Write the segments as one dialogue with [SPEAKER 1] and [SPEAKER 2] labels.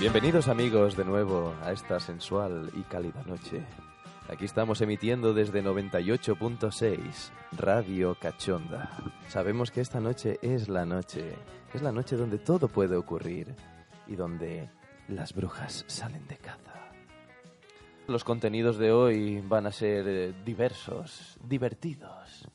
[SPEAKER 1] Bienvenidos amigos de nuevo a esta sensual y cálida noche. Aquí estamos emitiendo desde 98.6 Radio Cachonda. Sabemos que esta noche es la noche, es la noche donde todo puede ocurrir y donde las brujas salen de caza. Los contenidos de hoy van a ser eh, diversos, divertidos,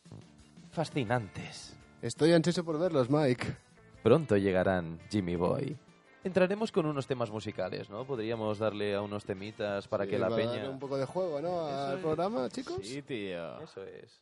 [SPEAKER 1] fascinantes.
[SPEAKER 2] Estoy ansioso por verlos, Mike.
[SPEAKER 1] Pronto llegarán Jimmy Boy. Entraremos con unos temas musicales, ¿no? Podríamos darle a unos temitas para que
[SPEAKER 2] Eh,
[SPEAKER 1] la
[SPEAKER 2] va a darle
[SPEAKER 1] peña...
[SPEAKER 2] un poco de juego, ¿no? Al
[SPEAKER 1] es.
[SPEAKER 2] programa, chicos.
[SPEAKER 3] Sí, tío.
[SPEAKER 1] Eso es.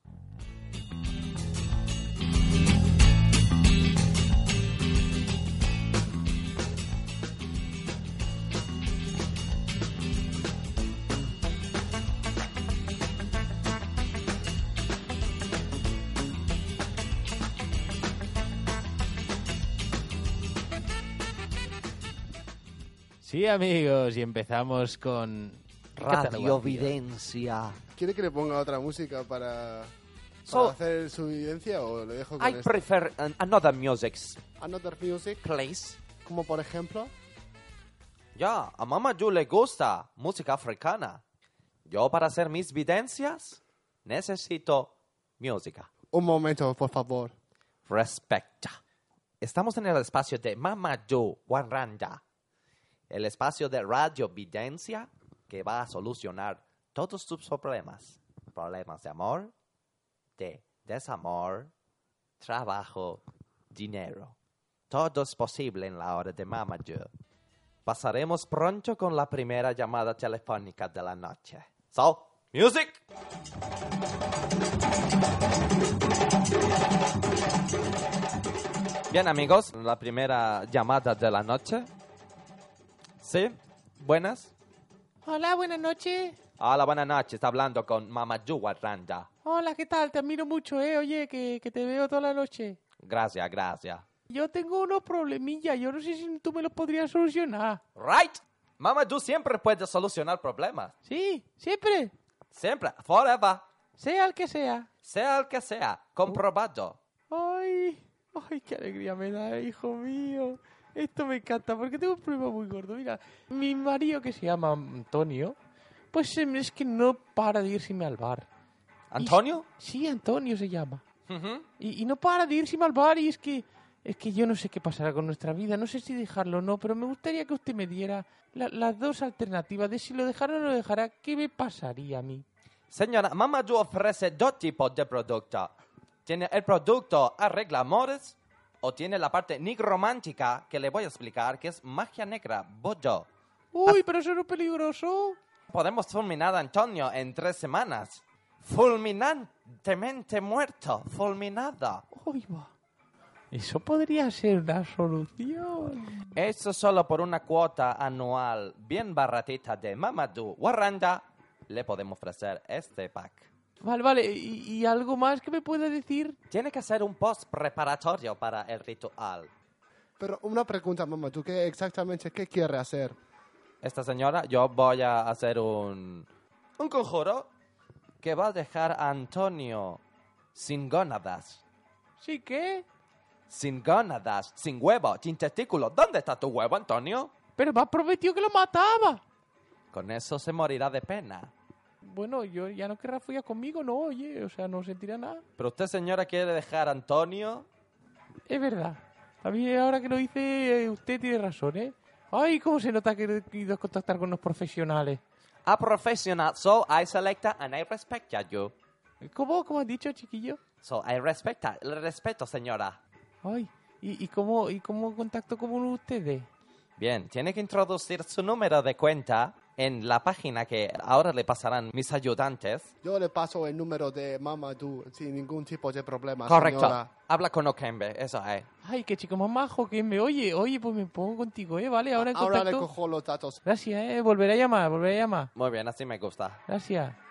[SPEAKER 3] Sí, amigos, y empezamos con...
[SPEAKER 4] Radiovidencia.
[SPEAKER 2] ¿Quiere que le ponga otra música para, para
[SPEAKER 4] So-
[SPEAKER 2] hacer su vivencia o lo dejo con
[SPEAKER 4] I
[SPEAKER 2] esta?
[SPEAKER 4] prefer an- another music,
[SPEAKER 2] Another music,
[SPEAKER 4] please.
[SPEAKER 2] como por ejemplo.
[SPEAKER 4] Ya, a mamá yo le gusta música africana. Yo para hacer mis videncias necesito música.
[SPEAKER 2] Un momento, por favor.
[SPEAKER 4] Respecta. Estamos en el espacio de Mama Joe Warranda. El espacio de radiovidencia que va a solucionar todos tus problemas. Problemas de amor, de desamor, trabajo, dinero. Todo es posible en la hora de Mama Joe. Pasaremos pronto con la primera llamada telefónica de la noche. So, music! Bien, amigos, la primera llamada de la noche. Sí, buenas.
[SPEAKER 5] Hola, buenas noches.
[SPEAKER 4] Hola, buenas noches. Está hablando con Mama Yua Randa.
[SPEAKER 5] Hola, ¿qué tal? Te admiro mucho, ¿eh? Oye, que, que te veo toda la noche.
[SPEAKER 4] Gracias, gracias.
[SPEAKER 5] Yo tengo unos problemillas, yo no sé si tú me los podrías solucionar.
[SPEAKER 4] Right. Mama Yu siempre puede solucionar problemas.
[SPEAKER 5] Sí, siempre,
[SPEAKER 4] Siempre, forever.
[SPEAKER 5] sea el que sea.
[SPEAKER 4] Sea el que sea, comprobado.
[SPEAKER 5] Ay, ay, qué alegría me da, hijo mío. Esto me encanta, porque tengo un problema muy gordo. Mira, mi marido que se llama Antonio, pues em, es que no para de irse al bar.
[SPEAKER 4] ¿Antonio?
[SPEAKER 5] Sí, Antonio se llama.
[SPEAKER 4] Ujú.
[SPEAKER 5] Y, y no para de irse al bar y es que, es que yo no sé qué pasará con nuestra vida, no sé si dejarlo o no, pero me gustaría que usted me diera la- las dos alternativas de si lo dejara o no lo dejara, ¿qué me pasaría a mí?
[SPEAKER 4] Señora, Mama Yu ofrece dos tipos de producto. Tiene el producto arregla amores o tiene la parte nigromántica que le voy a explicar, que es magia negra, bollo.
[SPEAKER 5] Uy, pero eso no es peligroso.
[SPEAKER 4] Podemos fulminar a Antonio en tres semanas. Fulminantemente muerto, fulminada.
[SPEAKER 5] Uy, va. Eso podría ser una solución.
[SPEAKER 4] Eso solo por una cuota anual bien baratita de Mamadou Warranda le podemos ofrecer este pack.
[SPEAKER 5] Vale, vale, ¿y, y algo más que me pueda decir?
[SPEAKER 4] Tiene que hacer un post preparatorio para el ritual.
[SPEAKER 2] Pero una pregunta, mamá. ¿Tú qué exactamente qué quieres hacer?
[SPEAKER 4] Esta señora, yo voy a hacer un... Un conjuro que va a dejar a Antonio sin gónadas.
[SPEAKER 5] ¿Sí que?
[SPEAKER 4] Sin gónadas, sin huevo, sin testículo. ¿Dónde está tu huevo, Antonio?
[SPEAKER 5] Pero me has prometido que lo mataba.
[SPEAKER 4] Con eso se morirá de pena.
[SPEAKER 5] Bueno, yo ya no querrá follar conmigo, no, oye, o sea, no sentirá nada.
[SPEAKER 4] Pero usted, señora, quiere dejar a Antonio
[SPEAKER 5] Es verdad. También ahora que lo dice, eh, usted tiene razón, ¿eh? Ay, cómo se nota que he querido contactar con los profesionales.
[SPEAKER 4] A professional, so I select her and I respect you.
[SPEAKER 5] ¿Cómo, cómo has dicho, chiquillo?
[SPEAKER 4] So I respect her. Le respeto, señora.
[SPEAKER 5] Ay, ¿y, y cómo, ¿y cómo contacto con ustedes?
[SPEAKER 4] Bien, tiene que introducir su número de cuenta en la página que ahora le pasarán mis ayudantes.
[SPEAKER 2] Yo le paso el número de mamá tú sin ningún tipo de problema.
[SPEAKER 4] Correcto.
[SPEAKER 2] señora.
[SPEAKER 4] Habla con Okembe, eso eh. es.
[SPEAKER 5] Ay, qué chico más majo que me oye. Oye, pues me pongo contigo, ¿eh? Vale, ahora en
[SPEAKER 2] Ahora le
[SPEAKER 5] contacto.
[SPEAKER 2] cojo los datos.
[SPEAKER 5] Gracias, ¿eh? Volveré a llamar, volveré a llamar.
[SPEAKER 4] Muy bien, así me gusta.
[SPEAKER 5] Gracias.